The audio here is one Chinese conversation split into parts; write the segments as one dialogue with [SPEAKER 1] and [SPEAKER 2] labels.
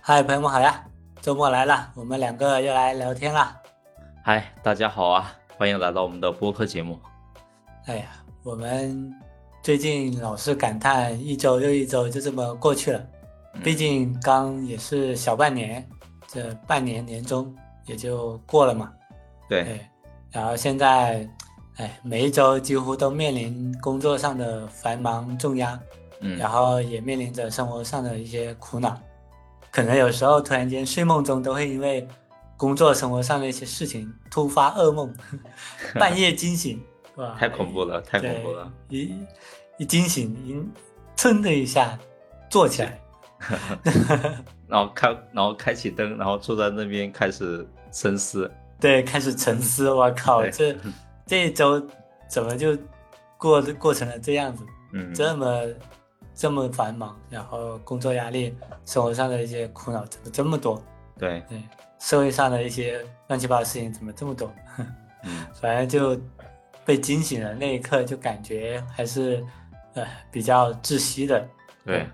[SPEAKER 1] 嗨，朋友们好呀！周末来了，我们两个又来聊天啦。
[SPEAKER 2] 嗨，大家好啊！欢迎来到我们的播客节目。
[SPEAKER 1] 哎呀，我们最近老是感叹一周又一周就这么过去了，
[SPEAKER 2] 嗯
[SPEAKER 1] 毕竟刚也是小半年，这半年年终也就过了嘛。
[SPEAKER 2] 对，
[SPEAKER 1] 哎，然后现在，哎，每一周几乎都面临工作上的繁忙重压，
[SPEAKER 2] 嗯，
[SPEAKER 1] 然后也面临着生活上的一些苦恼，可能有时候突然间睡梦中都会因为工作生活上的一些事情突发噩 梦，半夜惊醒，哇，
[SPEAKER 2] 太恐怖了，太恐怖了。
[SPEAKER 1] 哎对！一一惊醒，一噌的一下坐起来，
[SPEAKER 2] 然后开，然后开启灯，然后坐在那边开始深思。
[SPEAKER 1] 对，开始沉思，我靠，
[SPEAKER 2] 对
[SPEAKER 1] 这这一周怎么就过过成了这样子？
[SPEAKER 2] 嗯，
[SPEAKER 1] 这么这么繁忙，然后工作压力、生活上的一些苦恼怎么这么多？
[SPEAKER 2] 对，
[SPEAKER 1] 对，社会上的一些乱七八糟事情怎么这么多？
[SPEAKER 2] 嗯，
[SPEAKER 1] 反正就被惊醒了那一刻，就感觉还是呃比较窒息的。哎
[SPEAKER 2] 对，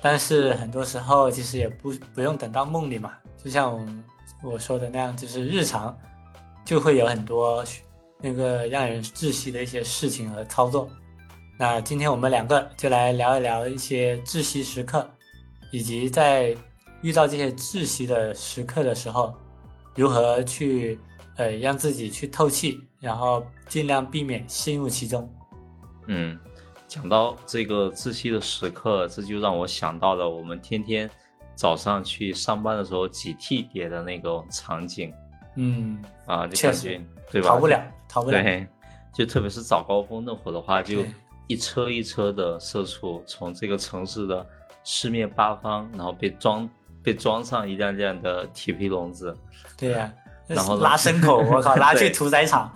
[SPEAKER 1] 但是很多时候其实也不不用等到梦里嘛，就像我们我说的那样，就是日常就会有很多那个让人窒息的一些事情和操作。那今天我们两个就来聊一聊一些窒息时刻，以及在遇到这些窒息的时刻的时候，如何去呃让自己去透气，然后尽量避免陷入其中。
[SPEAKER 2] 嗯。讲到这个窒息的时刻，这就让我想到了我们天天早上去上班的时候挤地铁的那种场景
[SPEAKER 1] 嗯，
[SPEAKER 2] 啊，就
[SPEAKER 1] 确
[SPEAKER 2] 感
[SPEAKER 1] 实
[SPEAKER 2] 觉对吧？
[SPEAKER 1] 逃不了，逃不了。
[SPEAKER 2] 对，就特别是早高峰那会儿的话，就
[SPEAKER 1] 对
[SPEAKER 2] 一车一车的社畜从这个城市的四面八方，然后被装被装上一辆辆的铁皮笼子，
[SPEAKER 1] 对呀、那
[SPEAKER 2] 嗯然后呢
[SPEAKER 1] 拉牲 口，我靠，拉去
[SPEAKER 2] 对
[SPEAKER 1] 屠宰 场。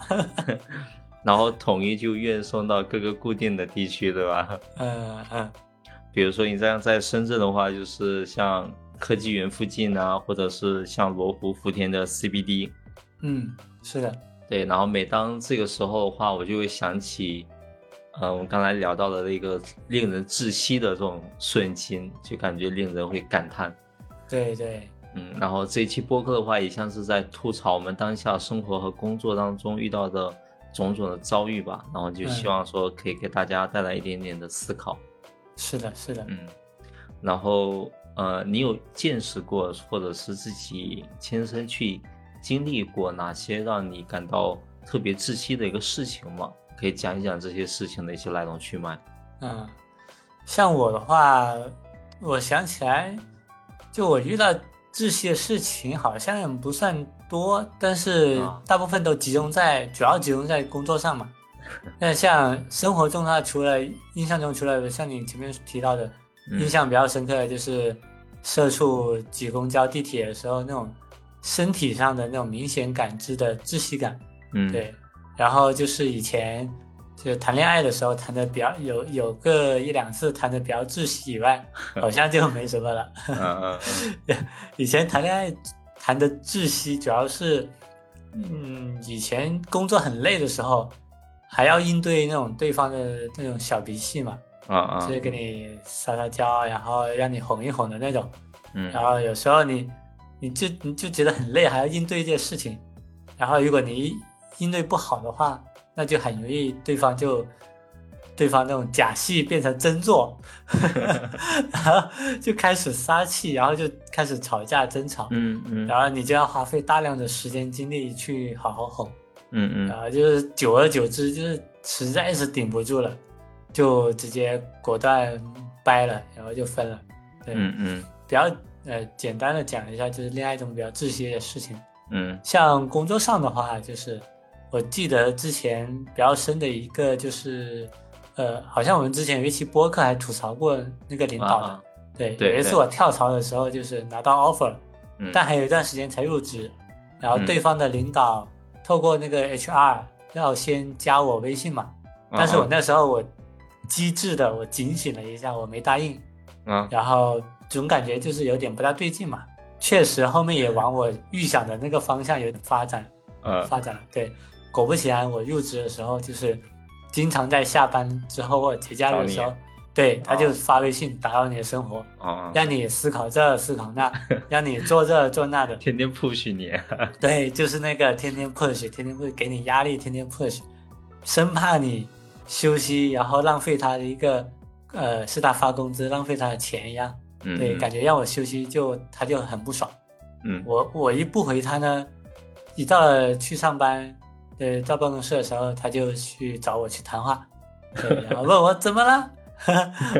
[SPEAKER 2] 然后统一就运送到各个固定的地区，对吧？
[SPEAKER 1] 嗯嗯，
[SPEAKER 2] 比如说你这样在深圳的话，就是像科技园附近啊，或者是像罗湖、福田的 CBD，
[SPEAKER 1] 嗯，是的，
[SPEAKER 2] 对，然后每当这个时候的话，我就会想起，呃，我们刚才聊到的那个令人窒息的这种瞬间，就感觉令人会感叹。
[SPEAKER 1] 对对，
[SPEAKER 2] 嗯，然后这一期播客的话，也像是在吐槽我们当下生活和工作当中遇到的种种的遭遇吧，然后就
[SPEAKER 1] 嗯
[SPEAKER 2] 希望说可以给大家带来一点点的思考。
[SPEAKER 1] 是的，是的。
[SPEAKER 2] 嗯，然后呃，你有见识过，或者是自己亲身去经历过哪些让你感到特别窒息的一个事情吗？可以讲一讲这些事情的一些来龙去脉。
[SPEAKER 1] 嗯，像我的话，我想起来，就我遇到这些事情好像不算多，但是
[SPEAKER 2] 啊
[SPEAKER 1] 大部分都集中在，主要集中在工作上嘛。那像生活中的话，除了印象中，除了像你前面提到的，
[SPEAKER 2] 嗯
[SPEAKER 1] 印象比较深刻的就是社畜挤公交、地铁的时候那种身体上的那种明显感知的窒息感。
[SPEAKER 2] 嗯，，
[SPEAKER 1] 对，然后就是以前就谈恋爱的时候谈的比较有有个一两次谈的比较窒息以 外，好像就没什么了。
[SPEAKER 2] 嗯嗯
[SPEAKER 1] 以前谈恋爱谈的窒息主要是，嗯，以前工作很累的时候，还要应对那种对方的那种小脾气嘛，
[SPEAKER 2] 嗯
[SPEAKER 1] 就是
[SPEAKER 2] 嗯
[SPEAKER 1] 给你撒撒娇，啊然后让你哄一哄的那种。
[SPEAKER 2] 嗯
[SPEAKER 1] 然后有时候你你就你就觉得很累，还要应对这些事情，然后如果你应对不好的话，那就很容易对方就对方那种假戏变成真做， 然后就开始撒气，然后就开始吵架争吵，
[SPEAKER 2] 嗯嗯
[SPEAKER 1] 然后你就要花费大量的时间精力去好好哄，
[SPEAKER 2] 嗯
[SPEAKER 1] 然后就是久而久之就是实在是顶不住了，就直接果断掰了，然后就分了，对。
[SPEAKER 2] 嗯嗯
[SPEAKER 1] 比较呃简单的讲一下，就是恋爱中比较窒息的事情。
[SPEAKER 2] 嗯
[SPEAKER 1] 像工作上的话，就是我记得之前比较深的一个就是，呃，好像我们之前有一期播客还吐槽过那个领导的。
[SPEAKER 2] 啊
[SPEAKER 1] 对，
[SPEAKER 2] 对
[SPEAKER 1] 有一次
[SPEAKER 2] 对
[SPEAKER 1] 我跳槽的时候，就是拿到 offer，了
[SPEAKER 2] 嗯，
[SPEAKER 1] 但还有一段时间才入职，然后
[SPEAKER 2] 嗯
[SPEAKER 1] 对方的领导透过那个 HR 要先加我微信嘛，但
[SPEAKER 2] 啊
[SPEAKER 1] 是我那时候我机智的我警醒了一下，我没答应，
[SPEAKER 2] 啊
[SPEAKER 1] 然后总感觉就是有点不大对劲嘛。确实，后面也往我预想的那个方向有点发展
[SPEAKER 2] 呃
[SPEAKER 1] 发展了。对，果不其然，我入职的时候就是经常在下班之后或者节假日的时候对，他就发微信打扰你的生活，
[SPEAKER 2] 啊，
[SPEAKER 1] 让你思考这思考那，让你做这做那的。
[SPEAKER 2] 天天 push 你，
[SPEAKER 1] 对，就是那个天天 push，天天 push，给你压力，天天 push，生怕你休息，然后浪费他的一个，呃，是他发工资，浪费他的钱一样。
[SPEAKER 2] 嗯，
[SPEAKER 1] 对，
[SPEAKER 2] 嗯
[SPEAKER 1] 感觉让我休息就他就很不爽。
[SPEAKER 2] 嗯
[SPEAKER 1] 我我一不回他呢，一到了去上班，呃，到办公室的时候，他就去找我去谈话，对， 然后问我怎么了，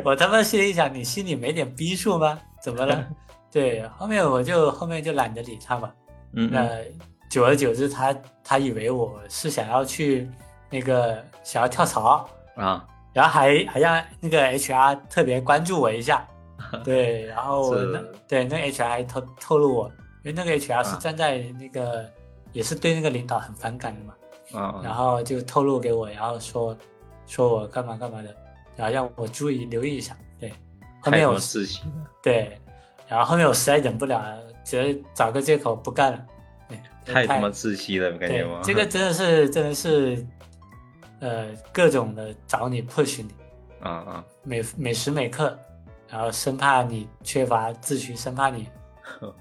[SPEAKER 1] 我他妈心里想，你心里没点逼数吗？怎么 了？对，后面我就后面就懒得理他嘛。
[SPEAKER 2] 嗯
[SPEAKER 1] 那、
[SPEAKER 2] 嗯
[SPEAKER 1] 久而久之他，他以为我是想要去那个想要跳槽，
[SPEAKER 2] 啊，
[SPEAKER 1] 然后还还让那个 HR 特别关注我一 下，对，然后
[SPEAKER 2] 是
[SPEAKER 1] 那对那个 HR 还透透露我，因为那个 HR 是
[SPEAKER 2] 啊
[SPEAKER 1] 站在那个、也是对那个领导很反感的嘛，
[SPEAKER 2] 啊，
[SPEAKER 1] 然后就透露给我，然后说说我干嘛干嘛的，然后让我注意留意一下，对，后
[SPEAKER 2] 太
[SPEAKER 1] 面
[SPEAKER 2] 多
[SPEAKER 1] 我
[SPEAKER 2] 事情了，
[SPEAKER 1] 对，然后后面我实在忍不了了，直接找个借口不干了，对，
[SPEAKER 2] 太他妈窒息了，感觉
[SPEAKER 1] 对
[SPEAKER 2] 吗？，
[SPEAKER 1] 这个真的是真的是，呃，各种的找你 push 你，
[SPEAKER 2] 啊啊，
[SPEAKER 1] 每每时每刻，然后生怕你缺乏自驱，生怕 你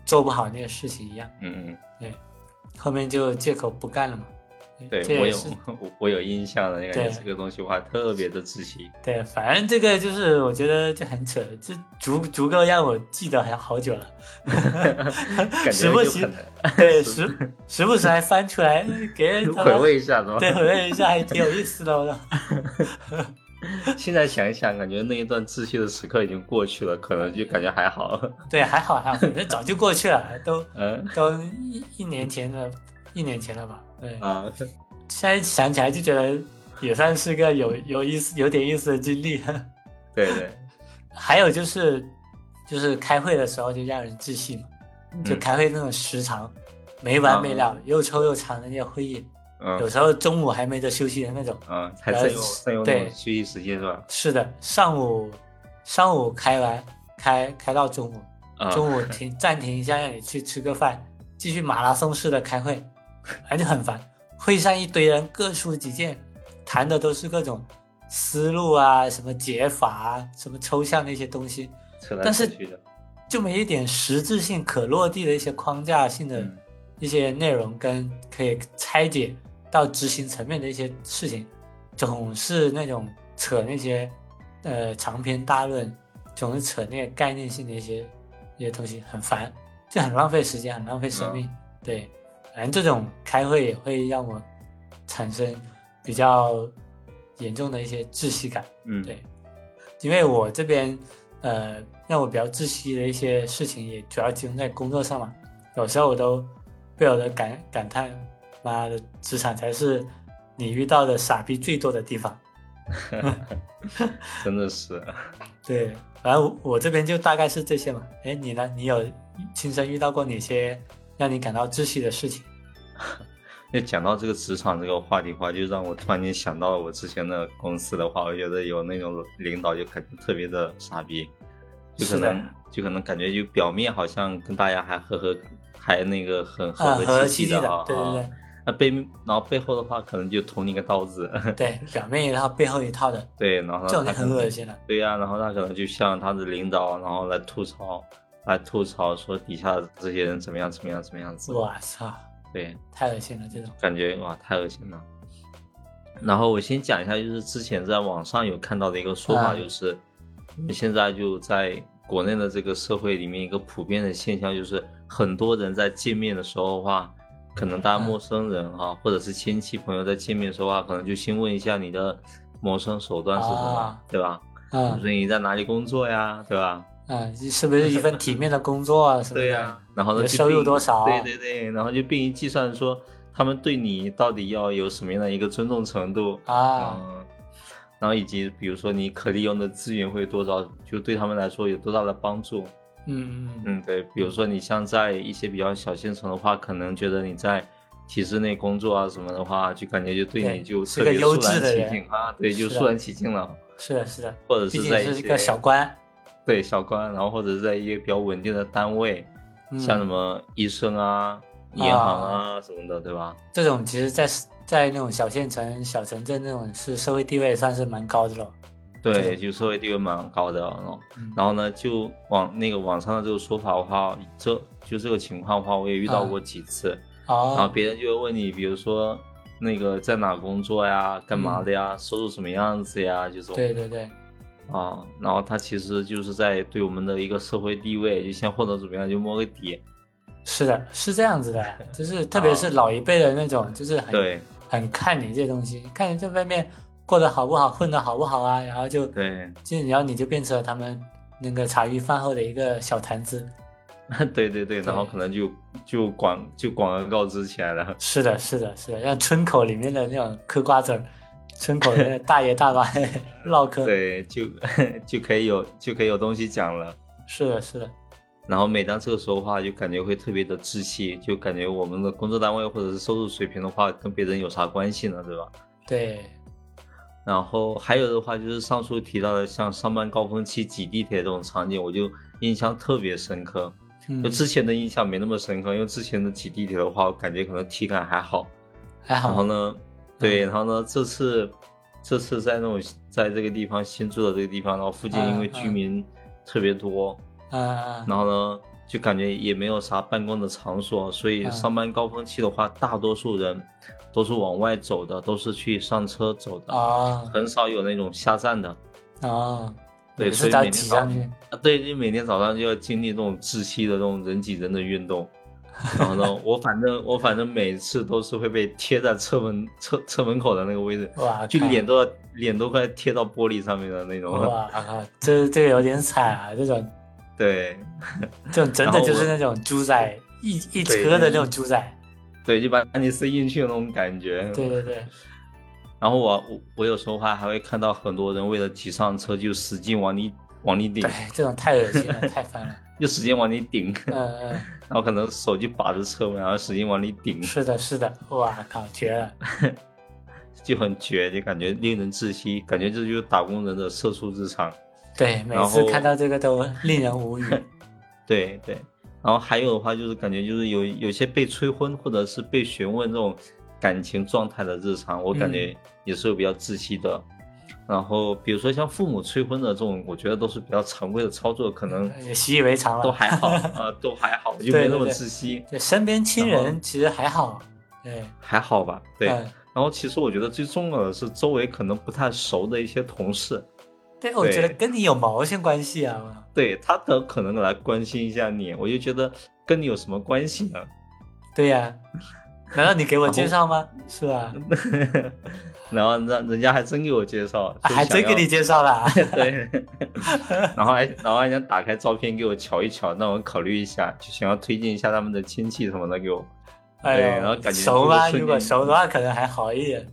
[SPEAKER 1] 做不好那个事情一样。
[SPEAKER 2] 嗯嗯。
[SPEAKER 1] 后面就借口不干了嘛。
[SPEAKER 2] 对
[SPEAKER 1] 这
[SPEAKER 2] 我
[SPEAKER 1] 也
[SPEAKER 2] 有
[SPEAKER 1] 是
[SPEAKER 2] 我我有印象的，那个
[SPEAKER 1] 对
[SPEAKER 2] 这个东西我还特别的窒息。
[SPEAKER 1] 对，反正这个就是我觉得就很扯，这足足够让我记得很好久了。
[SPEAKER 2] 感
[SPEAKER 1] 时
[SPEAKER 2] 觉
[SPEAKER 1] 不
[SPEAKER 2] 就
[SPEAKER 1] 时
[SPEAKER 2] 很难
[SPEAKER 1] 对，时时不时还翻出来给人他妈
[SPEAKER 2] 回，味一下，是吧？
[SPEAKER 1] 对，回味一下还挺有意思的。我操
[SPEAKER 2] 现在想一想，感觉那一段窒息的时刻已经过去了，可能就感觉还好。
[SPEAKER 1] 对，还好还好，反正早就过去了，都
[SPEAKER 2] 嗯
[SPEAKER 1] 都一一年前的，一年前了吧？对，
[SPEAKER 2] 啊，
[SPEAKER 1] 现在想起来就觉得也算是个有有意思、有点意思的经历。
[SPEAKER 2] 对对，
[SPEAKER 1] 还有就是，就是开会的时候就让人窒息嘛，就
[SPEAKER 2] 嗯
[SPEAKER 1] 开会那种时长、没完没了、又臭又长的那个会议，有
[SPEAKER 2] 嗯
[SPEAKER 1] 时候中午还没得休息的那种。
[SPEAKER 2] 嗯，还真有真有那
[SPEAKER 1] 对
[SPEAKER 2] 种休息时间是吧？
[SPEAKER 1] 是的，上午上午开完，开开到中午，
[SPEAKER 2] 啊，
[SPEAKER 1] 中午停暂停一下，让你去吃个饭，继续马拉松式的开会，反正就很烦。会上一堆人各抒己见，谈的都是各种思路啊、什么解法啊、什么抽象的一些东西，
[SPEAKER 2] 扯来
[SPEAKER 1] 但
[SPEAKER 2] 扯
[SPEAKER 1] 是
[SPEAKER 2] 去的，
[SPEAKER 1] 就没一点实质性、可落地的一些框架性的
[SPEAKER 2] 嗯
[SPEAKER 1] 一些内容跟可以拆解到执行层面的一些事情，总是那种扯那些呃长篇大论，总是扯那些概念性的一些一些东西，很烦，就很浪费时间，很浪费生命。对，反正这种开会也会让我产生比较严重的一些窒息感。
[SPEAKER 2] 嗯，
[SPEAKER 1] 对，因为我这边呃让我比较窒息的一些事情，也主要集中在工作上嘛。有时候我都不由得感感叹，妈的，职场才是你遇到的傻逼最多的地方。
[SPEAKER 2] 真的是，
[SPEAKER 1] 对，反正我我这边就大概是这些嘛。哎，你呢？你有亲身遇到过哪些让你感到窒息的事情？
[SPEAKER 2] 就讲到这个职场这个话题的话，就让我突然间想到了我之前的公司的话，我觉得有那种领导就感觉特别的傻逼，就可
[SPEAKER 1] 是的
[SPEAKER 2] 能就可能感觉就表面好像跟大家还和和还那个很
[SPEAKER 1] 啊，
[SPEAKER 2] 和
[SPEAKER 1] 和气
[SPEAKER 2] 气气的
[SPEAKER 1] 的
[SPEAKER 2] 啊，，
[SPEAKER 1] 对
[SPEAKER 2] 啊
[SPEAKER 1] 对
[SPEAKER 2] 那背然后背后的话可能就捅你一个刀子，
[SPEAKER 1] 对对，表面一套背后一套的，
[SPEAKER 2] 对，然后
[SPEAKER 1] 这种
[SPEAKER 2] 他
[SPEAKER 1] 就
[SPEAKER 2] 可
[SPEAKER 1] 很
[SPEAKER 2] 能
[SPEAKER 1] 恶心了。
[SPEAKER 2] 对呀、然后他可能就向他的领导，然后来吐槽，来吐槽说底下的这些人怎么样怎么样怎么样子，
[SPEAKER 1] 我操，
[SPEAKER 2] 对，
[SPEAKER 1] 太恶心了，这种。啊
[SPEAKER 2] 感觉哇太恶心了。然后我先讲一下，就是之前在网上有看到的一个说法，
[SPEAKER 1] 嗯
[SPEAKER 2] 就是我们现在就在国内的这个社会里面一个普遍的现象，就是很多人在见面的时候的话，可能大家
[SPEAKER 1] 嗯
[SPEAKER 2] 陌生人哈、或者是亲戚朋友在见面的时候啊，可能就先问一下你的谋生手段是什么，
[SPEAKER 1] 啊
[SPEAKER 2] 对吧？比如
[SPEAKER 1] 嗯
[SPEAKER 2] 说你在哪里工作呀，对吧？
[SPEAKER 1] 嗯，是不是一份体面的工作 啊？什么的？
[SPEAKER 2] 然后
[SPEAKER 1] 你
[SPEAKER 2] 呢，
[SPEAKER 1] 的
[SPEAKER 2] 就
[SPEAKER 1] 收入
[SPEAKER 2] 并
[SPEAKER 1] 多少
[SPEAKER 2] 对对对，然后就并计算说他们对你到底要有什么样的一个尊重程度，
[SPEAKER 1] 啊，
[SPEAKER 2] 嗯，然后以及比如说你可利用的资源会有多少，就对他们来说有多大的帮助。
[SPEAKER 1] 嗯嗯嗯，
[SPEAKER 2] 嗯，对，比如说你像在一些比较小县城的话，可能觉得你在体制内工作啊什么的话，就感觉就对
[SPEAKER 1] 对
[SPEAKER 2] 你就是特
[SPEAKER 1] 个
[SPEAKER 2] 别
[SPEAKER 1] 优
[SPEAKER 2] 肃然
[SPEAKER 1] 质的
[SPEAKER 2] 起
[SPEAKER 1] 人
[SPEAKER 2] 敬啊，对，就是
[SPEAKER 1] 的
[SPEAKER 2] 肃然起敬了。
[SPEAKER 1] 是的，是的，
[SPEAKER 2] 或者
[SPEAKER 1] 毕
[SPEAKER 2] 是
[SPEAKER 1] 竟
[SPEAKER 2] 在
[SPEAKER 1] 是
[SPEAKER 2] 一
[SPEAKER 1] 一个
[SPEAKER 2] 些
[SPEAKER 1] 小官，
[SPEAKER 2] 对小官，然后或者是在一些比较稳定的单位，
[SPEAKER 1] 嗯
[SPEAKER 2] 像什么医生啊、银行啊什么的，对吧？
[SPEAKER 1] 这种其实在在那种小县城、小城镇那种是社会地位算是蛮高的了。
[SPEAKER 2] 对，就社会地位蛮高的。然后，
[SPEAKER 1] 嗯
[SPEAKER 2] 然后呢，就网那个网上的这个说法的话，这就这个情况的话，我也遇到过几次。然后
[SPEAKER 1] 哦，
[SPEAKER 2] 别人就会问你，比如说那个在哪工作呀，干嘛的呀，收入什么样子呀，这种。
[SPEAKER 1] 对对对，
[SPEAKER 2] 啊，然后他其实就是在对我们的一个社会地位，就先混到怎么样就摸个底。
[SPEAKER 1] 是的，是这样子的， 就是特别是老一辈的那种，就是很
[SPEAKER 2] 对
[SPEAKER 1] 很看你这东西，看你在外面过得好不好，混得好不好啊，然后就
[SPEAKER 2] 对
[SPEAKER 1] 就然后你就变成了他们那个茶余饭后的一个小谈资。
[SPEAKER 2] 对对对，然后可能就就广就广而告之起来了。
[SPEAKER 1] 是的，是的，是的，像村口里面的那种嗑瓜子儿，村口的那大爷大 妈唠嗑。
[SPEAKER 2] 对，就 就可以有就可以有东西讲了。
[SPEAKER 1] 是的，是的，
[SPEAKER 2] 然后每当这个时候的话，就感觉会特别的窒息，就感觉我们的工作单位或者是收入水平的话，跟别人有啥关系呢，对吧？
[SPEAKER 1] 对，
[SPEAKER 2] 然后还有的话就是上述提到的，像上班高峰期挤地铁这种场景，我就印象特别深刻。
[SPEAKER 1] 嗯
[SPEAKER 2] 就，之前的印象没那么深刻，因为之前的挤地铁的话，我感觉可能体感还好。
[SPEAKER 1] 还
[SPEAKER 2] 然后
[SPEAKER 1] 好，嗯
[SPEAKER 2] 呢，对，然后呢，这次这次在那种在这个地方新住的这个地方，然后附近因为
[SPEAKER 1] 嗯
[SPEAKER 2] 居
[SPEAKER 1] 嗯
[SPEAKER 2] 民特别多，
[SPEAKER 1] 嗯嗯嗯，
[SPEAKER 2] 然后呢，就感觉也没有啥办公的场所，所以
[SPEAKER 1] 嗯
[SPEAKER 2] 上班高峰期的话，大多数人都是往外走的，都是去上车走的，
[SPEAKER 1] 哦
[SPEAKER 2] 很少有那种下站的。
[SPEAKER 1] 哦，
[SPEAKER 2] 对
[SPEAKER 1] 也
[SPEAKER 2] 所
[SPEAKER 1] 是
[SPEAKER 2] 以
[SPEAKER 1] 他
[SPEAKER 2] 每天
[SPEAKER 1] 挤
[SPEAKER 2] 早
[SPEAKER 1] 上去，
[SPEAKER 2] 啊，对，就每天早上就要经历这种窒息的这种人挤人的 运动。然后呢，我反正我反正每次都是会被贴在车门车车门口的那个位置，
[SPEAKER 1] 哇
[SPEAKER 2] 就
[SPEAKER 1] 靠
[SPEAKER 2] 脸都要脸都快贴到玻璃上面的那种。
[SPEAKER 1] 哇靠，这这个有点惨啊！这种
[SPEAKER 2] 对
[SPEAKER 1] 这种真
[SPEAKER 2] 然后
[SPEAKER 1] 的
[SPEAKER 2] 我
[SPEAKER 1] 就是那种猪仔，一一
[SPEAKER 2] 对
[SPEAKER 1] 车的那
[SPEAKER 2] 就
[SPEAKER 1] 种猪仔。
[SPEAKER 2] 对，就把你塞进去的那种感觉。
[SPEAKER 1] 对对对，
[SPEAKER 2] 然后我我我有时候还还会看到很多人为了挤上车就使劲往里往里顶
[SPEAKER 1] 对，，这种太恶心了，太烦了。
[SPEAKER 2] 就使劲往里顶，
[SPEAKER 1] 嗯嗯，
[SPEAKER 2] 然后可能手就把着车门，然后使劲往里顶，
[SPEAKER 1] 是的，是的，哇靠，绝了！
[SPEAKER 2] 就很绝，就感觉令人窒息，感觉这就是打工人的社畜日常。
[SPEAKER 1] 对，每
[SPEAKER 2] 然
[SPEAKER 1] 次
[SPEAKER 2] 后
[SPEAKER 1] 看到这个都令人无语。
[SPEAKER 2] 对对，然后还有的话就是感觉就是有有些被催婚或者是被询问这种感情状态的日常，我感觉也是比较窒息的。然后比如说像父母催婚的这种，我觉得都是比较常规的操作，可能
[SPEAKER 1] 也习以为常
[SPEAKER 2] 都
[SPEAKER 1] 了。
[SPEAKER 2] 还好，呃，都还 好，就
[SPEAKER 1] 对
[SPEAKER 2] 没那么
[SPEAKER 1] 对对
[SPEAKER 2] 窒息，
[SPEAKER 1] 对，身边亲
[SPEAKER 2] 然后
[SPEAKER 1] 人其实还好。对，
[SPEAKER 2] 还好吧？对。
[SPEAKER 1] 嗯
[SPEAKER 2] 然后其实我觉得最重要的是周围可能不太熟的一些同事，
[SPEAKER 1] 对，我觉得
[SPEAKER 2] 对
[SPEAKER 1] 跟你有毛线关系啊！
[SPEAKER 2] 对他的可能来关心一下你，我就觉得跟你有什么关系呢？
[SPEAKER 1] 对呀、 难道你给我
[SPEAKER 2] 然后
[SPEAKER 1] 介绍吗？是吧？
[SPEAKER 2] 然后让人家还真给我介绍，
[SPEAKER 1] 啊
[SPEAKER 2] 就
[SPEAKER 1] 还
[SPEAKER 2] 想
[SPEAKER 1] 真给
[SPEAKER 2] 要
[SPEAKER 1] 你介绍了啊。
[SPEAKER 2] 对，然后还然后还想打开照片给我瞧一瞧，让我考虑一下，就想要推荐一下他们的亲戚什么的给我。
[SPEAKER 1] 哎
[SPEAKER 2] 对
[SPEAKER 1] 呦，
[SPEAKER 2] 然后感觉
[SPEAKER 1] 熟吗？
[SPEAKER 2] 就是瞬间
[SPEAKER 1] 如果熟的话，可能还好一点。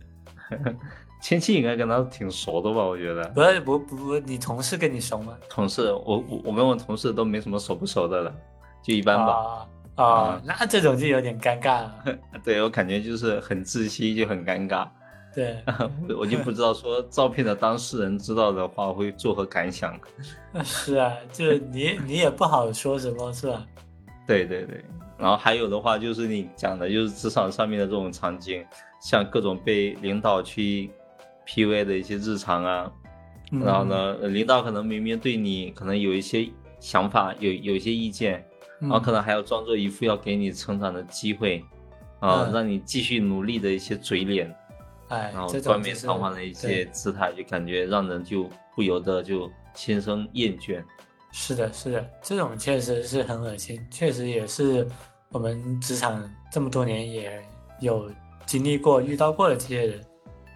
[SPEAKER 2] 亲戚应该跟他挺熟的吧？我觉得
[SPEAKER 1] 不是，不不不，你同事跟你熟吗？
[SPEAKER 2] 同事，我我我跟我同事都没什么熟不熟的了，就一般吧。
[SPEAKER 1] 啊啊、哦那这种就有点尴尬 了。
[SPEAKER 2] 对我感觉就是很窒息，就很尴尬，
[SPEAKER 1] 对，
[SPEAKER 2] 我我就不知道说照片的当事人知道的话会作何感想。
[SPEAKER 1] 是啊，就是你你也不好说什么，是吧？
[SPEAKER 2] 对对对，然后还有的话就是你讲的，就是职场上面的这种场景，像各种被领导去 PUA 的一些日常啊，
[SPEAKER 1] 嗯
[SPEAKER 2] 然后？呢，呃领导可能明明对你可能有一些想法，有有一些意见，
[SPEAKER 1] 嗯
[SPEAKER 2] 然后可能还要装作一副要给你成长的机会，啊、
[SPEAKER 1] 嗯
[SPEAKER 2] 让你继续努力的一些嘴脸。
[SPEAKER 1] 哎
[SPEAKER 2] 然，后
[SPEAKER 1] 这种
[SPEAKER 2] 冠冕
[SPEAKER 1] 就是
[SPEAKER 2] 堂皇的一些
[SPEAKER 1] 对
[SPEAKER 2] 姿态，就感觉让人就不由得就心生厌倦。
[SPEAKER 1] 是的，是的，这种确实是很恶心，确实也是我们职场这么多年也有经历过、遇到过的这些人。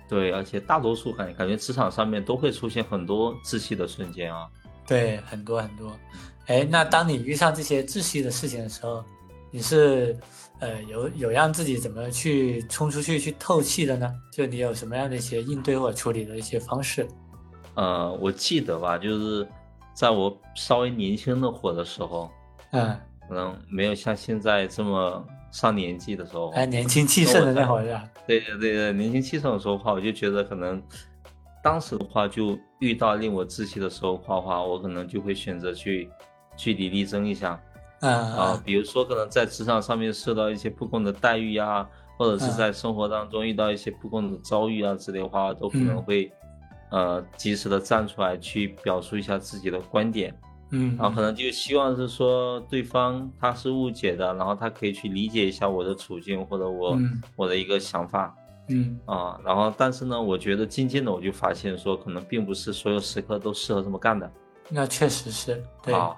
[SPEAKER 2] 对，而且大多数感感觉职场上面都会出现很多窒息的瞬间啊。
[SPEAKER 1] 对，很多很多。哎，那当你遇上这些窒息的事情的时候，你是呃有有让自己怎么去冲出去去透气的呢？就你有什么样的一些应对或处理的一些方式？
[SPEAKER 2] 呃，我记得吧，就是在我稍微年轻的会儿的时候，
[SPEAKER 1] 嗯，
[SPEAKER 2] 可能没有像现在这么上年纪的时候，
[SPEAKER 1] 哎，年轻气盛的那会儿啊，
[SPEAKER 2] 对对对，年轻气盛的时候的话，我就觉得可能当时的话，就遇到令我窒息的时候的话，话我可能就会选择去据理力争一下。
[SPEAKER 1] 嗯
[SPEAKER 2] 啊
[SPEAKER 1] 嗯，
[SPEAKER 2] 比如说可能在职场上面受到一些不公的待遇
[SPEAKER 1] 嗯
[SPEAKER 2] 啊，或者是在生活当中遇到一些不公的遭遇啊之类的话，都可能会呃及时的站出来去表述一下自己的观点，
[SPEAKER 1] 嗯，
[SPEAKER 2] 然后可能就希望是说对方他是误解的，然后他可以去理解一下我的处境或者我、
[SPEAKER 1] 嗯
[SPEAKER 2] 我的一个想法，
[SPEAKER 1] 嗯
[SPEAKER 2] 啊，然后但是呢，我觉得渐渐的我就发现说，可能并不是所有时刻都适合这么干的
[SPEAKER 1] 那确实是对，
[SPEAKER 2] 啊。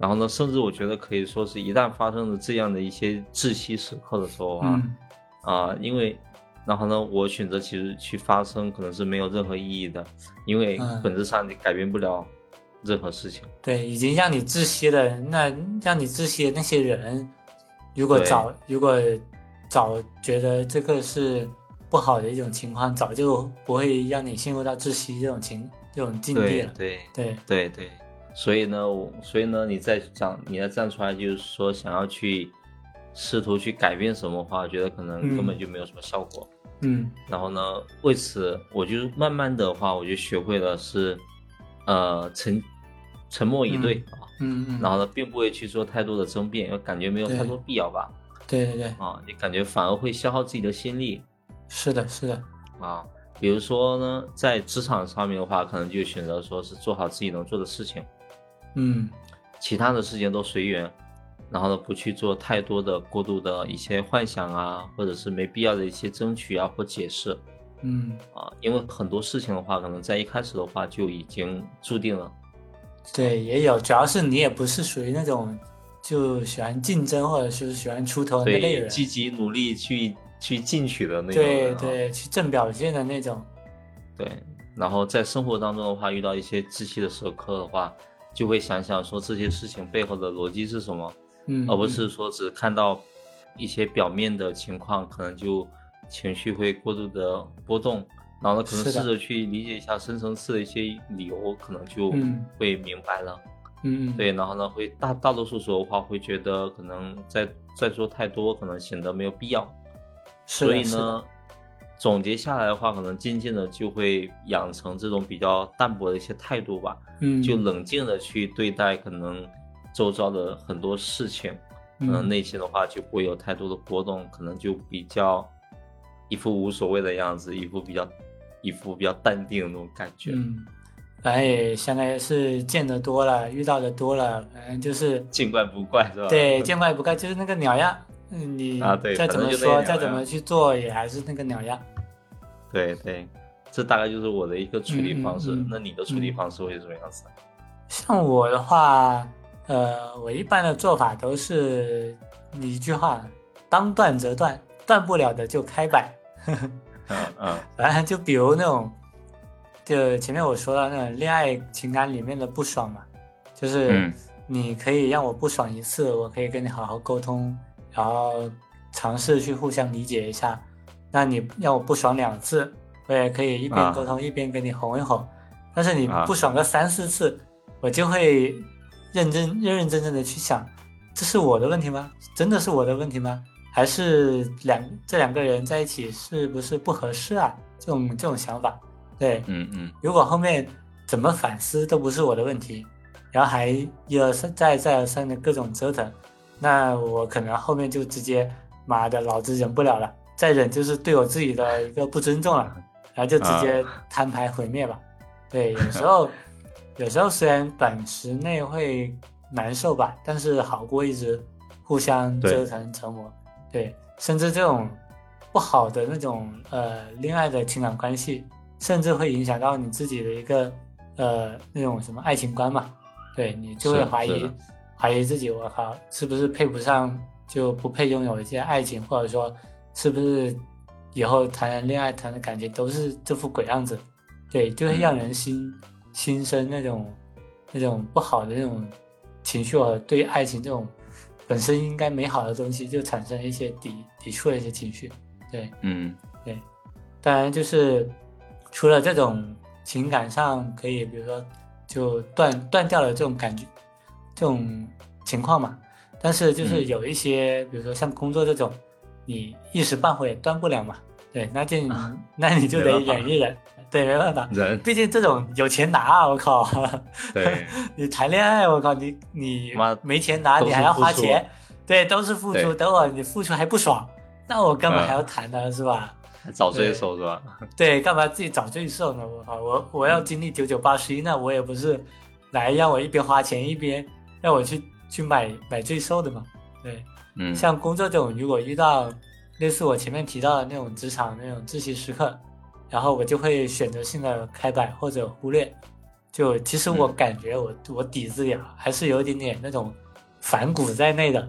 [SPEAKER 2] 然后呢，甚至我觉得可以说是一旦发生了这样的一些窒息时刻的时候啊，
[SPEAKER 1] 嗯
[SPEAKER 2] 啊，因为然后呢，我选择其实去发生可能是没有任何意义的，因为
[SPEAKER 1] 嗯
[SPEAKER 2] 本质上你改变不了任何事情。
[SPEAKER 1] 对，已经让你窒息的人，那让你窒息的那些人，如果
[SPEAKER 2] 对
[SPEAKER 1] 早如果早觉得这个是不好的一种情况，早就不会让你陷入到窒息这种情这种境地
[SPEAKER 2] 对
[SPEAKER 1] 了。
[SPEAKER 2] 对
[SPEAKER 1] 对，
[SPEAKER 2] 对对，所以呢，我所以呢，你再讲，你再站出来，就是说想要去试图去改变什么话，我觉得可能根本
[SPEAKER 1] 嗯
[SPEAKER 2] 就没有什么效果。
[SPEAKER 1] 嗯
[SPEAKER 2] 然后呢，为此我就慢慢的话，我就学会了是，呃，沉沉默以对啊。
[SPEAKER 1] 嗯嗯，
[SPEAKER 2] 然后呢，并不会去做太多的争辩，因为感觉没有太
[SPEAKER 1] 对
[SPEAKER 2] 多必要吧，
[SPEAKER 1] 对对对，
[SPEAKER 2] 啊，你感觉反而会消耗自己的心力
[SPEAKER 1] 是的，是的，
[SPEAKER 2] 啊。比如说呢，在职场上面的话，可能就选择说是做好自己能做的事情，
[SPEAKER 1] 嗯
[SPEAKER 2] 其他的事情都随缘，然后呢，不去做太多的过度的一些幻想啊，或者是没必要的一些争取啊或解释
[SPEAKER 1] 嗯，
[SPEAKER 2] 啊，因为很多事情的话，可能在一开始的话就已经注定了。
[SPEAKER 1] 对，也有，主要是你也不是属于那种就喜欢竞争或者是喜欢出头的那类
[SPEAKER 2] 对，
[SPEAKER 1] 人，
[SPEAKER 2] 积极努力去去进取的那种
[SPEAKER 1] 对
[SPEAKER 2] 人啊
[SPEAKER 1] 对，去正表现的那种，
[SPEAKER 2] 对，然后在生活当中的话，遇到一些窒息的时刻的话，就会想想说这些事情背后的逻辑是什么，
[SPEAKER 1] 嗯，
[SPEAKER 2] 而不
[SPEAKER 1] 嗯
[SPEAKER 2] 是说只看到一些表面的情况，可能就情绪会过度的波动，然后呢，可
[SPEAKER 1] 是
[SPEAKER 2] 能
[SPEAKER 1] 的
[SPEAKER 2] 试着去理解一下深层次的一些理由，可能就
[SPEAKER 1] 嗯
[SPEAKER 2] 会明白了。
[SPEAKER 1] 嗯嗯，
[SPEAKER 2] 对，然后呢，会大大多数时候的话，会觉得可能再再说太多，可能显得没有必要。
[SPEAKER 1] 是的，
[SPEAKER 2] 所以
[SPEAKER 1] 是的
[SPEAKER 2] 呢，总结下来的话，可能渐渐的就会养成这种比较淡薄的一些态度吧，
[SPEAKER 1] 嗯，
[SPEAKER 2] 就冷静的去对待可能周遭的很多事情，可能
[SPEAKER 1] 嗯
[SPEAKER 2] 内心的话就不会有太多的波动，可能就比较一副无所谓的样子，一副比较一副比较淡定的那种感觉，
[SPEAKER 1] 嗯，反正也相当于是见得多了，遇到的多了，反正就是
[SPEAKER 2] 见怪不怪是吧？
[SPEAKER 1] 对见怪不怪，就是那个鸟样。嗯，你
[SPEAKER 2] 啊对
[SPEAKER 1] 再
[SPEAKER 2] 反
[SPEAKER 1] 怎
[SPEAKER 2] 正
[SPEAKER 1] 么
[SPEAKER 2] 就那
[SPEAKER 1] 说，
[SPEAKER 2] 个
[SPEAKER 1] 再
[SPEAKER 2] 鸟
[SPEAKER 1] 怎么
[SPEAKER 2] 样
[SPEAKER 1] 去做，也还是那个鸟样。
[SPEAKER 2] 对对，这大概就是我的一个处理
[SPEAKER 1] 嗯嗯
[SPEAKER 2] 方式。
[SPEAKER 1] 嗯
[SPEAKER 2] 那你的处理
[SPEAKER 1] 嗯
[SPEAKER 2] 方式会是什么样子？
[SPEAKER 1] 像我的话，呃，我一般的做法都是一句话：当断则断，断不了的就开摆。
[SPEAKER 2] 嗯嗯
[SPEAKER 1] 反哎正就比如那种，就前面我说到那种恋爱情感里面的不爽嘛，就是
[SPEAKER 2] 嗯
[SPEAKER 1] 你可以让我不爽一次，我可以跟你好好沟通，然后尝试去互相理解一下。那你让我不爽两次，我也可以一边
[SPEAKER 2] 啊
[SPEAKER 1] 沟通一边跟你哄一哄。但是你
[SPEAKER 2] 啊
[SPEAKER 1] 不爽个三四次，我就会认真认认真真的去想，这是我的问题吗？真的是我的问题吗？还是两这两个人在一起是不是不合适啊？这种这种想法，对，
[SPEAKER 2] 嗯嗯，
[SPEAKER 1] 如果后面怎么反思都不是我的问题，然后还一而三再再而三的各种折腾，那我可能后面就直接妈的老子忍不了了，再忍就是对我自己的一个不尊重了，然后就直接摊牌毁灭吧。对，有时候有时候虽然短时内会难受吧，但是好过一直互相
[SPEAKER 2] 对
[SPEAKER 1] 折腾折磨。对，甚至这种不好的那种呃恋爱的情感关系，甚至会影响到你自己的一个呃那种什么爱情观嘛，对你就会
[SPEAKER 2] 是
[SPEAKER 1] 怀
[SPEAKER 2] 是
[SPEAKER 1] 疑
[SPEAKER 2] 的
[SPEAKER 1] 怀疑自己，我靠，是不是配不上，就不配拥有一些爱情，或者说是不是以后谈的恋爱谈的感情都是这副鬼样子，对，就会让
[SPEAKER 2] 嗯
[SPEAKER 1] 人心、心生那种那种不好的那种情绪和对爱情这种本身应该美好的东西就产生一些抵抵触的一些情绪，对。
[SPEAKER 2] 嗯
[SPEAKER 1] 当然就是除了这种情感上可以，比如说就断断掉了这种感觉，这种情况嘛。但是就是
[SPEAKER 2] 嗯
[SPEAKER 1] 有一些，比如说像工作这种，你一时半会也断不了嘛。对，那就你、那你就
[SPEAKER 2] 啊没
[SPEAKER 1] 得
[SPEAKER 2] 办法
[SPEAKER 1] 忍一忍，对，没办法，
[SPEAKER 2] 人
[SPEAKER 1] 毕竟这种有钱拿啊，我靠！
[SPEAKER 2] 对
[SPEAKER 1] 你谈恋爱，我靠，你你
[SPEAKER 2] 妈
[SPEAKER 1] 没钱拿，
[SPEAKER 2] 都
[SPEAKER 1] 你
[SPEAKER 2] 是
[SPEAKER 1] 还要
[SPEAKER 2] 付
[SPEAKER 1] 花
[SPEAKER 2] 出
[SPEAKER 1] 钱，对，都是付出。
[SPEAKER 2] 对
[SPEAKER 1] 等会儿你付出还不爽，那我干嘛
[SPEAKER 2] 嗯
[SPEAKER 1] 还要谈呢？是吧？
[SPEAKER 2] 找罪受是吧？
[SPEAKER 1] 对，干嘛自己找罪受呢？我靠，我我要经历九九八十一，那我也不是来让我一边花钱一边让我去去买买罪受的嘛。对，
[SPEAKER 2] 嗯，
[SPEAKER 1] 像工作这种，如果遇到类似我前面提到的那种职场那种窒息时刻，然后我就会选择性的开摆或者忽略。就其实我
[SPEAKER 2] 嗯
[SPEAKER 1] 感觉我、我底子里啊还是有一点点那种反骨在内的。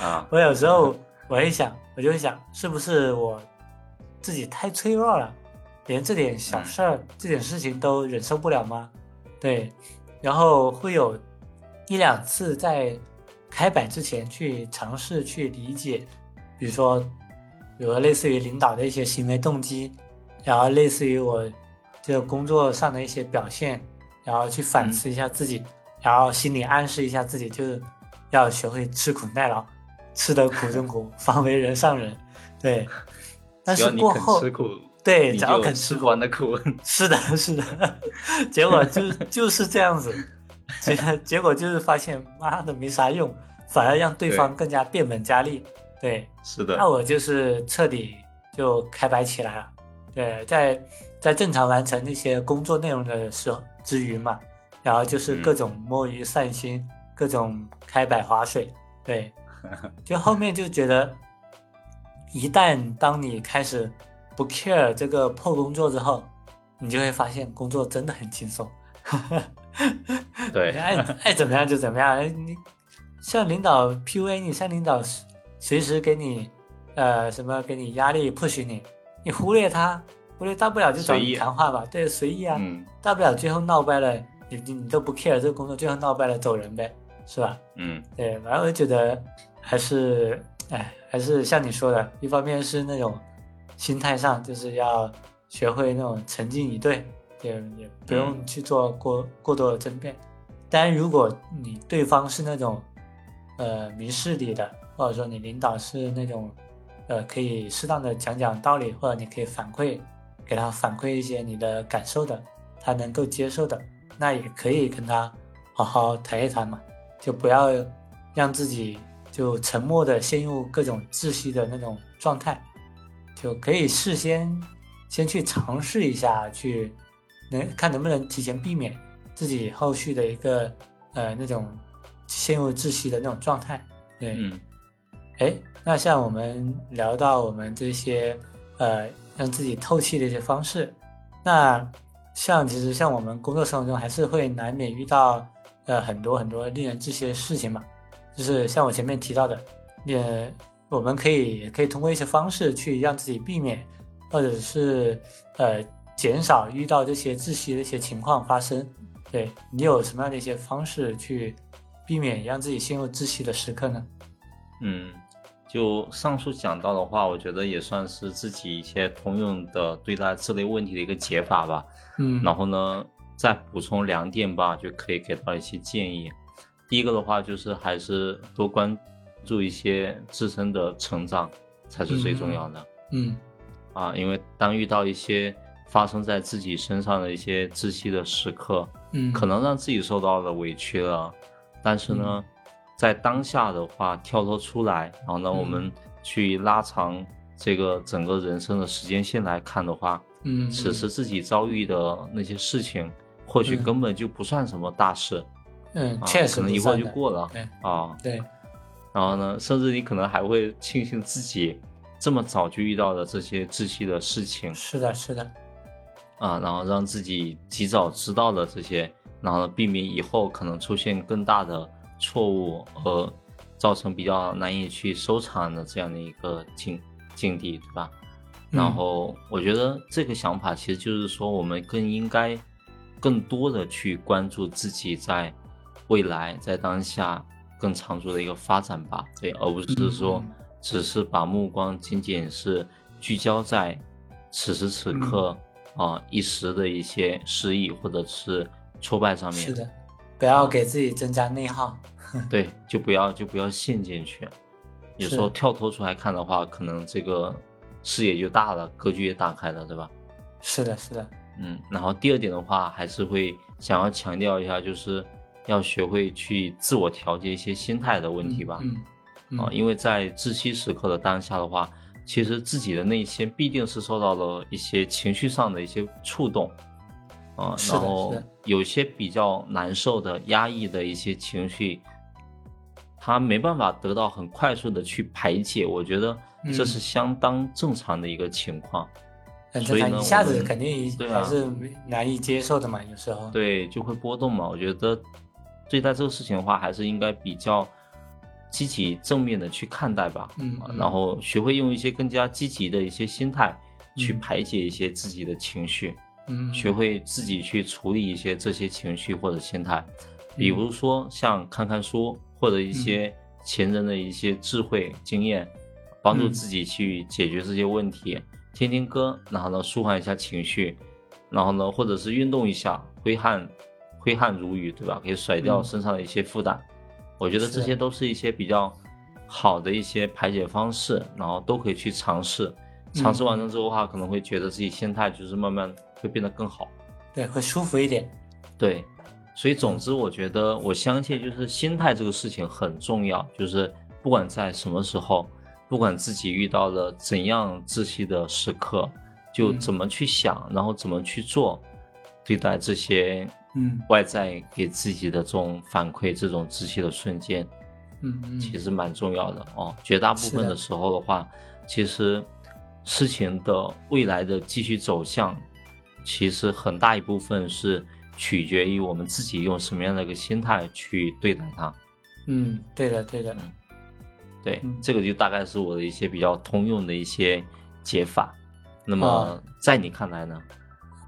[SPEAKER 2] 啊，
[SPEAKER 1] 我有时候我会想，我就会想，是不是我自己太脆弱了，连这点小事儿、这点事情都忍受不了吗？对，然后会有一两次在开摆之前去尝试去理解，比如说，比如说类似于领导的一些行为动机，然后类似于我这个工作上的一些表现，然后去反
[SPEAKER 2] 嗯
[SPEAKER 1] 思一下自己，然后心里暗示一下自己，就是要学会吃苦耐劳，吃得苦中 苦，方为人上人。对，但
[SPEAKER 2] 只
[SPEAKER 1] 是
[SPEAKER 2] 要你
[SPEAKER 1] 过
[SPEAKER 2] 肯
[SPEAKER 1] 后
[SPEAKER 2] 吃，苦，
[SPEAKER 1] 对，
[SPEAKER 2] 你
[SPEAKER 1] 只要
[SPEAKER 2] 就
[SPEAKER 1] 肯
[SPEAKER 2] 吃
[SPEAKER 1] 吃
[SPEAKER 2] 不
[SPEAKER 1] 苦，
[SPEAKER 2] 完的苦。
[SPEAKER 1] 是的，是的，结果就 就是这样子，结结果就是发现妈的没啥用，反而让对
[SPEAKER 2] 对
[SPEAKER 1] 方更加变本加厉。对，
[SPEAKER 2] 是的
[SPEAKER 1] 那，我就是彻底就开摆起来了。对，在在正常完成那些工作内容的时候之余嘛，然后就是各
[SPEAKER 2] 嗯
[SPEAKER 1] 种摸鱼散心，各种开摆划水。 对，就后面就觉得，一旦当你开始不 care 这个破工作之后，你就会发现工作真的很轻松。
[SPEAKER 2] 对
[SPEAKER 1] 你，爱爱哎怎么样就怎么样。哎你向领导 PUA 你，向领导随时给你呃什么给你压力 push 你，你忽略他，忽略大不了就找
[SPEAKER 2] 随
[SPEAKER 1] 你
[SPEAKER 2] 意啊
[SPEAKER 1] 谈话吧，对，随意啊，
[SPEAKER 2] 嗯
[SPEAKER 1] 大不了最后闹掰了，你你你都不 care 这个工作，最后闹掰了走人呗，是吧？
[SPEAKER 2] 嗯，
[SPEAKER 1] 对，反正我就觉得还是，哎，还是像你说的，一方面是那种心态上，就是要学会那种沉浸以对，也也不用去做过、过多的争辩。当然，如果你对方是那种，呃，明事理的，或者说你领导是那种，呃，可以适当的讲讲道理，或者你可以反馈给他反馈一些你的感受的，他能够接受的，那也可以跟他好好谈一谈嘛。就不要让自己就沉默的陷入各种窒息的那种状态，就可以事先先去尝试一下，去能看能不能提前避免自己后续的一个呃那种陷入窒息的那种状态。对，
[SPEAKER 2] 嗯，
[SPEAKER 1] 哎，那像我们聊到我们这些呃让自己透气的一些方式，那像其实像我们工作生活中还是会难免遇到呃很多很多令人窒息的事情嘛，就是像我前面提到的，也我们可以也可以通过一些方式去让自己避免或者是呃减少遇到这些窒息的一些情况发生。对你有什么样的一些方式去避免让自己陷入窒息的时刻呢？
[SPEAKER 2] 嗯，就上述讲到的话，我觉得也算是自己一些通用的对待这类问题的一个解法吧。
[SPEAKER 1] 嗯，
[SPEAKER 2] 然后呢，再补充两点吧，就可以给到一些建议。第一个的话就是还是多关注一些自身的成长才是最重要的、
[SPEAKER 1] 嗯
[SPEAKER 2] 啊，因为当遇到一些发生在自己身上的一些窒息的时刻，
[SPEAKER 1] 嗯，
[SPEAKER 2] 可能让自己受到了委屈了，但是呢，
[SPEAKER 1] 嗯
[SPEAKER 2] 在当下的话跳脱出来，然后呢，
[SPEAKER 1] 嗯
[SPEAKER 2] 我们去拉长这个整个人生的时间线来看的话，
[SPEAKER 1] 嗯，
[SPEAKER 2] 此时自己遭遇的那些事情，或许
[SPEAKER 1] 嗯
[SPEAKER 2] 根本就不算什么大事，
[SPEAKER 1] 嗯，
[SPEAKER 2] 啊
[SPEAKER 1] 确实
[SPEAKER 2] 可能
[SPEAKER 1] 不
[SPEAKER 2] 一会儿
[SPEAKER 1] 算
[SPEAKER 2] 就
[SPEAKER 1] 的
[SPEAKER 2] 过了
[SPEAKER 1] 对
[SPEAKER 2] 啊。
[SPEAKER 1] 对，
[SPEAKER 2] 然后呢，甚至你可能还会庆幸自己这么早就遇到了这些窒息的事情
[SPEAKER 1] 是的，是的，
[SPEAKER 2] 啊，然后让自己及早知道了这些，然后避免以后可能出现更大的错误和造成比较难以去收场的这样的一个境境地，对吧？然
[SPEAKER 1] 嗯
[SPEAKER 2] 后我觉得这个想法其实就是说，我们更应该更多的去关注自己在未来、在当下更长足的一个发展吧，对，而不是说
[SPEAKER 1] 嗯嗯
[SPEAKER 2] 只是把目光仅仅是聚焦在此时此刻
[SPEAKER 1] 嗯
[SPEAKER 2] 啊、一时的一些失意或者是挫败上面，嗯
[SPEAKER 1] 是的，不要给自己增加内耗。
[SPEAKER 2] 对，就不要就不要陷进去。有时
[SPEAKER 1] 是
[SPEAKER 2] 候跳脱出来看的话，可能这个视野就大了，格局也打开了，对吧？
[SPEAKER 1] 是的，是的，
[SPEAKER 2] 嗯，然后第二点的话，还是会想要强调一下，就是要学会去自我调节一些心态的问题吧。啊
[SPEAKER 1] 嗯，嗯
[SPEAKER 2] 啊，因为在窒息时刻的当下的话，其实自己的内心必定是受到了一些情绪上的一些触动，啊、
[SPEAKER 1] 是的
[SPEAKER 2] 然后
[SPEAKER 1] 是的
[SPEAKER 2] 有些比较难受的、压抑的一些情绪，他没办法得到很快速的去排解，我觉得这
[SPEAKER 1] 嗯
[SPEAKER 2] 是相当正常的一个情况。
[SPEAKER 1] 很
[SPEAKER 2] 所
[SPEAKER 1] 正
[SPEAKER 2] 以呢
[SPEAKER 1] 常，一下
[SPEAKER 2] 我
[SPEAKER 1] 子
[SPEAKER 2] 们
[SPEAKER 1] 肯定
[SPEAKER 2] 对啊
[SPEAKER 1] 还是难以接受的嘛，有时候。
[SPEAKER 2] 对，就会波动嘛。我觉得对待这个事情的话，还是应该比较积极正面的去看待吧。
[SPEAKER 1] 嗯
[SPEAKER 2] 啊
[SPEAKER 1] 嗯
[SPEAKER 2] 然后学会用一些更加积极的一些心态去
[SPEAKER 1] 嗯
[SPEAKER 2] 排解一些自己的情绪，
[SPEAKER 1] 嗯，
[SPEAKER 2] 学会自己去处理一些这些情绪或者心态。比
[SPEAKER 1] 嗯
[SPEAKER 2] 如说像看看书，或者一些前人的一些智慧经验，帮助
[SPEAKER 1] 嗯
[SPEAKER 2] 自己去解决这些问题。听听歌，然后呢舒缓一下情绪，然后呢或者是运动一下，挥汗挥汗如雨，对吧？可以甩掉
[SPEAKER 1] 嗯
[SPEAKER 2] 身上的一些负担。我觉得
[SPEAKER 1] 是
[SPEAKER 2] 这些都是一些比较好的一些排解方式，然后都可以去尝试。尝
[SPEAKER 1] 嗯
[SPEAKER 2] 试完了之后的话，可能会觉得自己心态就是慢慢会变得更好。
[SPEAKER 1] 对会舒服一点。
[SPEAKER 2] 对，所以总之，我觉得我相信，就是心态这个事情很重要，就是不管在什么时候，不管自己遇到了怎样窒息的时刻，就
[SPEAKER 1] 嗯
[SPEAKER 2] 怎么去想，然后怎么去做，对待这些
[SPEAKER 1] 嗯
[SPEAKER 2] 外在给自己的这种反馈，这种窒息的瞬间，
[SPEAKER 1] 嗯嗯，
[SPEAKER 2] 其实蛮重要的哦。绝大部
[SPEAKER 1] 是
[SPEAKER 2] 分
[SPEAKER 1] 的
[SPEAKER 2] 的时候的话，其实事情的未来的继续走向，其实很大一部分是取决于我们自己用什么样的一个心态去对待它。
[SPEAKER 1] 嗯，对的对的，
[SPEAKER 2] 对，
[SPEAKER 1] 嗯
[SPEAKER 2] 这个就大概是我的一些比较通用的一些解法。那么
[SPEAKER 1] 啊
[SPEAKER 2] 在你 看来呢？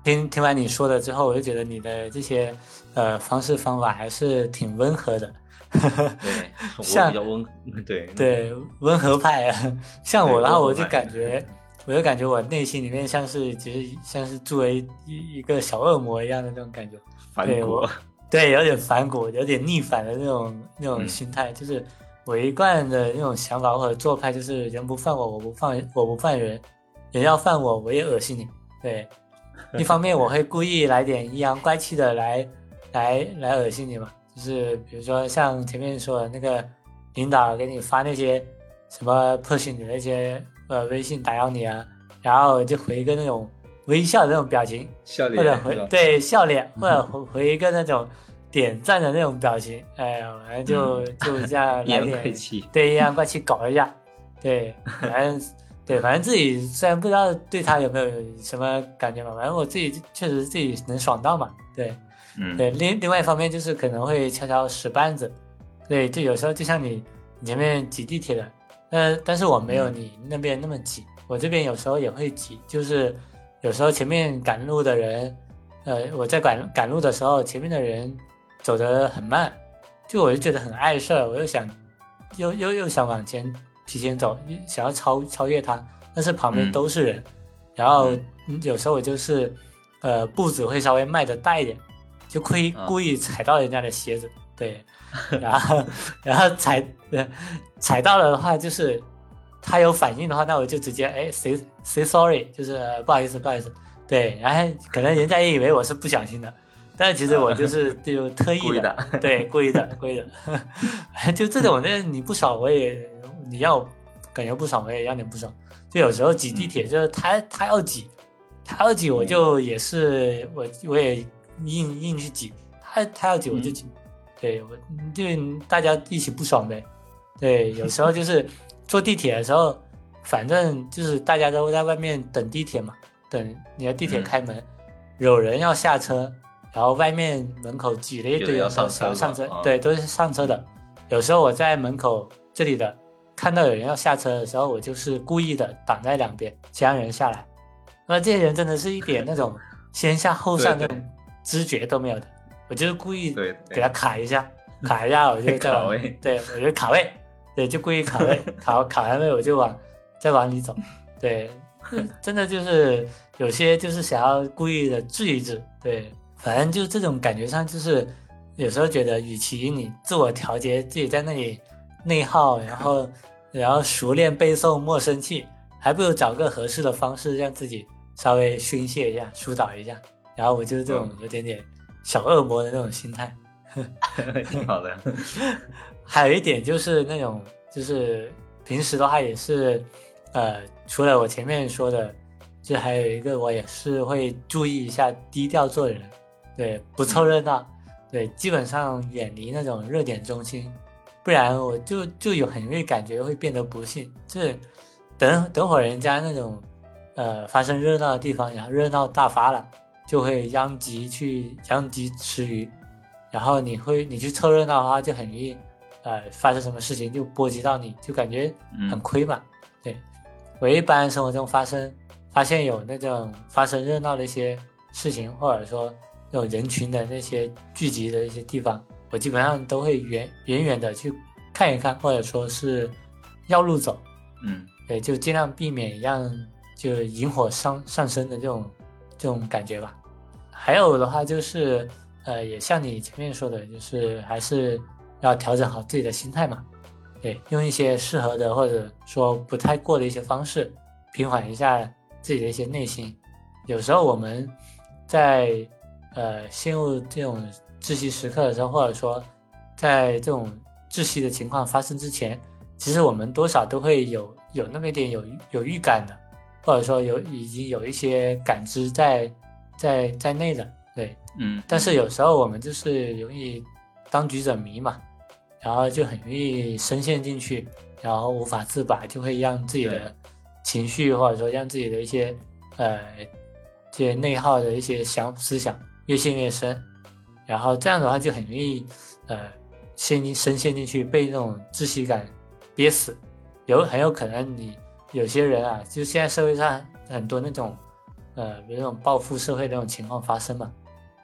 [SPEAKER 1] 听听完你说了之后，我就觉得你的这些呃方式方法还是挺温和的。
[SPEAKER 2] 对我
[SPEAKER 1] 像
[SPEAKER 2] 比较温， 对
[SPEAKER 1] 对，温和派啊，像我，
[SPEAKER 2] 对
[SPEAKER 1] 然后我
[SPEAKER 2] 温和
[SPEAKER 1] 就
[SPEAKER 2] 派嗯
[SPEAKER 1] 感觉，我就感觉我内心里面像是，其实像是住了一一一个小恶魔一样的那种感觉，
[SPEAKER 2] 反
[SPEAKER 1] 对
[SPEAKER 2] 骨
[SPEAKER 1] 我，对，有点反骨，有点逆反的那种那种
[SPEAKER 2] 嗯
[SPEAKER 1] 心态，就是我一贯的那种想法或者做派，就是人不犯我，我不犯我不犯人，人要犯我，我也恶心你。对，一方面我会故意来点阴阳怪气的来来来恶心你嘛，就是比如说像前面说的那个领导给你发那些什么 push 你的那些呃微信打扰你啊，然后就回一个那种微笑的那种表情，
[SPEAKER 2] 笑
[SPEAKER 1] 或者
[SPEAKER 2] 脸是吧嗯
[SPEAKER 1] 回对笑脸，或者回回一个那种点赞的那种表情，哎呀，反正就
[SPEAKER 2] 嗯
[SPEAKER 1] 就这 样
[SPEAKER 2] 阴
[SPEAKER 1] 来
[SPEAKER 2] 阳怪
[SPEAKER 1] 点
[SPEAKER 2] 气，
[SPEAKER 1] 对阴阳怪气搞一下，对，反正对，反正自己虽然不知道对他有没有什么感觉嘛，反正我自己确实自己能爽到嘛，对
[SPEAKER 2] 嗯，
[SPEAKER 1] 对。另另外一方面就是可能会悄悄使绊子，对，就有时候就像你你前面挤地铁的，呃但但是我没有
[SPEAKER 2] 嗯
[SPEAKER 1] 你那边那么挤，我这边有时候也会挤，就是有时候前面赶路的人，呃，我在赶赶路的时候，前面的人走得很慢，就我就觉得很碍事儿，我又想又又又想往前提前走，想要超超越他，但是旁边
[SPEAKER 2] 嗯
[SPEAKER 1] 都是人，然后
[SPEAKER 2] 嗯
[SPEAKER 1] 嗯有时候我就是呃步子会稍微迈的大一点，就故意
[SPEAKER 2] 啊
[SPEAKER 1] 故意踩到人家的鞋子，对。然后然后踩呃踩到了的话，就是他有反应的话，那我就直接哎 say say sorry，就是、呃不好意思不好意思，对，然后可能人家也以为我是不小心的，但是其实我就是 就特意
[SPEAKER 2] 故意
[SPEAKER 1] 的，
[SPEAKER 2] 的，
[SPEAKER 1] 对，故意的故意的， 就这种那你不爽我也你要我感觉不爽我也让你不爽，就有时候挤地铁就是他他要挤，他要挤我就也是我我也硬硬去挤，他他要挤我就挤。对我就大家一起不爽呗。对，有时候就是坐地铁的时候，反正就是大家都在外面等地铁嘛，等你的地铁
[SPEAKER 2] 嗯
[SPEAKER 1] 开门，有人要下车，然后外面门口挤了一
[SPEAKER 2] 有
[SPEAKER 1] 堆
[SPEAKER 2] 人要
[SPEAKER 1] 人
[SPEAKER 2] 上
[SPEAKER 1] 都
[SPEAKER 2] 车
[SPEAKER 1] 想上车
[SPEAKER 2] 了啊，
[SPEAKER 1] 对，都是上车的。有时候我在门口这里的看到有人要下车的时候，我就是故意的挡在两边，先让人下来。那这些人真的是一点那 种先下后上
[SPEAKER 2] 对
[SPEAKER 1] 那
[SPEAKER 2] 对
[SPEAKER 1] 种知觉都没有的，我就是故意
[SPEAKER 2] 对哎
[SPEAKER 1] 给他卡一 下，卡一下我就再
[SPEAKER 2] 卡
[SPEAKER 1] 往
[SPEAKER 2] 位，
[SPEAKER 1] 对我就卡位，对，就故意卡位，卡 卡完位我就往再往里走，对，真的就是有些就是想要故意的治一治，对，反正就这种感觉上就是有时候觉得，与其你自我调节自己在那里内耗，然后然后熟练背诵莫生气，还不如找个合适的方式让自己稍微宣泄一下、疏导一下。然后我就是这种
[SPEAKER 2] 嗯
[SPEAKER 1] 有点点小恶魔的那种心态。
[SPEAKER 2] 挺好的。
[SPEAKER 1] 还有一点就是那种，就是平时的话也是，呃，除了我前面说的，这还有一个我也是会注意一下低调做人，对，不凑热闹，对，基本上远离那种热点中心，不然我就就有很容易感觉会变得不幸，就是等等会儿人家那种呃发生热闹的地方，然后热闹大发了，就会殃及去殃及池鱼，然后你会你去凑热闹的话，就很容易呃发生什么事情就波及到你，就感觉很
[SPEAKER 2] 嗯
[SPEAKER 1] 亏嘛。对我一般生活中发生发现有那种发生热闹的一些事情，或者说那种人群的那些聚集的一些地方，我基本上都会远远远的去看一看，或者说是绕路走。
[SPEAKER 2] 嗯
[SPEAKER 1] 对，就尽量避免让就引火上上身的这种这种感觉吧。还有的话就是，呃，也像你前面说的，就是还是要调整好自己的心态嘛。对，用一些适合的或者说不太过的一些方式，平缓一下自己的一些内心。有时候我们在呃陷入这种窒息时刻的时候，或者说在这种窒息的情况发生之前，其实我们多少都会有有那么一点有有预感的，或者说有已经有一些感知在在在内的，对。
[SPEAKER 2] 嗯，
[SPEAKER 1] 但是有时候我们就是容易当局者迷嘛，然后就很容易深陷进去，然后无法自拔，就会让自己
[SPEAKER 2] 对
[SPEAKER 1] 的情绪或者说让自己的一些呃这些内耗的一些想思想越陷越深，然后这样的话就很容易呃陷进深陷进去，被那种窒息感憋死。有很有可能你有些人啊，就现在社会上很多那种呃有那种暴富社会那种情况发生嘛，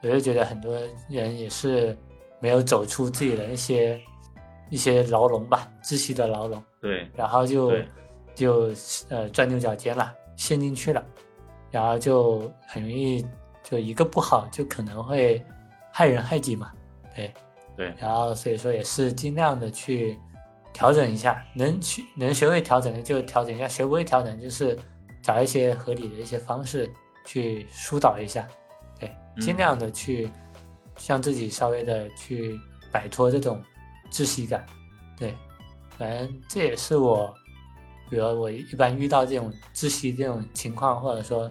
[SPEAKER 1] 我就觉得很多人也是没有走出自己的一些一些牢笼吧，窒息的牢笼，
[SPEAKER 2] 嗯对
[SPEAKER 1] 然后就
[SPEAKER 2] 对
[SPEAKER 1] 就呃钻牛角尖了，陷进去了，然后就很容易就一个不好就可能会害人害己嘛，对，
[SPEAKER 2] 对，
[SPEAKER 1] 然后所以说也是尽量的去调整一下，能去能学会调整的就调整一下，学不会调整就是找一些合理的一些方式去疏导一下，对，尽
[SPEAKER 2] 嗯
[SPEAKER 1] 量的去让自己稍微的去摆脱这种窒息感，对，反正这也是我，比如我一般遇到这种窒息这种情况，或者说，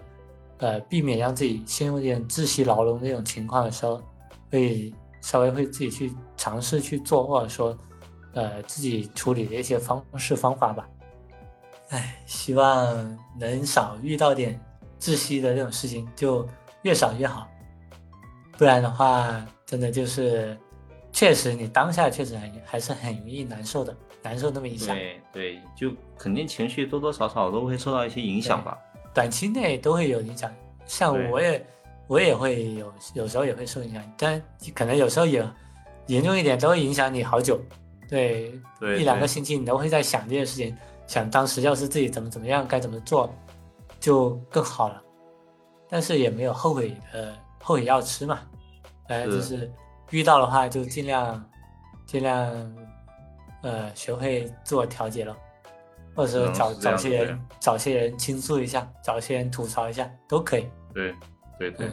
[SPEAKER 1] 呃，避免让自己陷入这种窒息牢笼这种情况的时候，会稍微会自己去尝试去做，或者说，呃，自己处理的一些方式方法吧。唉，哎希望能少遇到点窒息的这种事情，就越少越好。不然的话，真的就是，确实你当下确实很还是很容易难受的，难受那么一下，
[SPEAKER 2] 对对，就肯定情绪多多少少都会受到一些影响吧。
[SPEAKER 1] 短期内都会有影响。像
[SPEAKER 2] 对
[SPEAKER 1] 我也我也会有有时候也会受影响，但可能有时候也严重一点，都会影响你好久。对，
[SPEAKER 2] 对
[SPEAKER 1] 一两个
[SPEAKER 2] 对
[SPEAKER 1] 星期你都会在想这件事情，想当时要是自己怎么怎么样，该怎么做，就更好了。但是也没有后悔的后悔药吃嘛，呃，就是是遇到的话就尽量尽量呃学会自我调节了，或者说
[SPEAKER 2] 嗯
[SPEAKER 1] 找
[SPEAKER 2] 是这
[SPEAKER 1] 找
[SPEAKER 2] 样
[SPEAKER 1] 些
[SPEAKER 2] 的
[SPEAKER 1] 人找些人倾诉一下，找些人吐槽一下都可以。
[SPEAKER 2] 对对对
[SPEAKER 1] 嗯，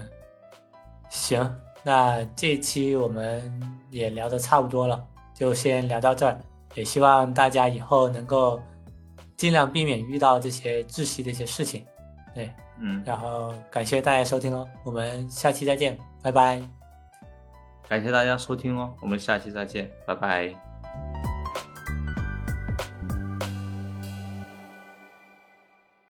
[SPEAKER 1] 行，那这一期我们也聊得差不多了，就先聊到这儿。也希望大家以后能够尽量避免遇到这些窒息的一些事情。对，
[SPEAKER 2] 嗯，
[SPEAKER 1] 然后感谢大家收听哦，我们下期再见，拜拜。
[SPEAKER 2] 感谢大家收听哦，我们下期再见，拜拜。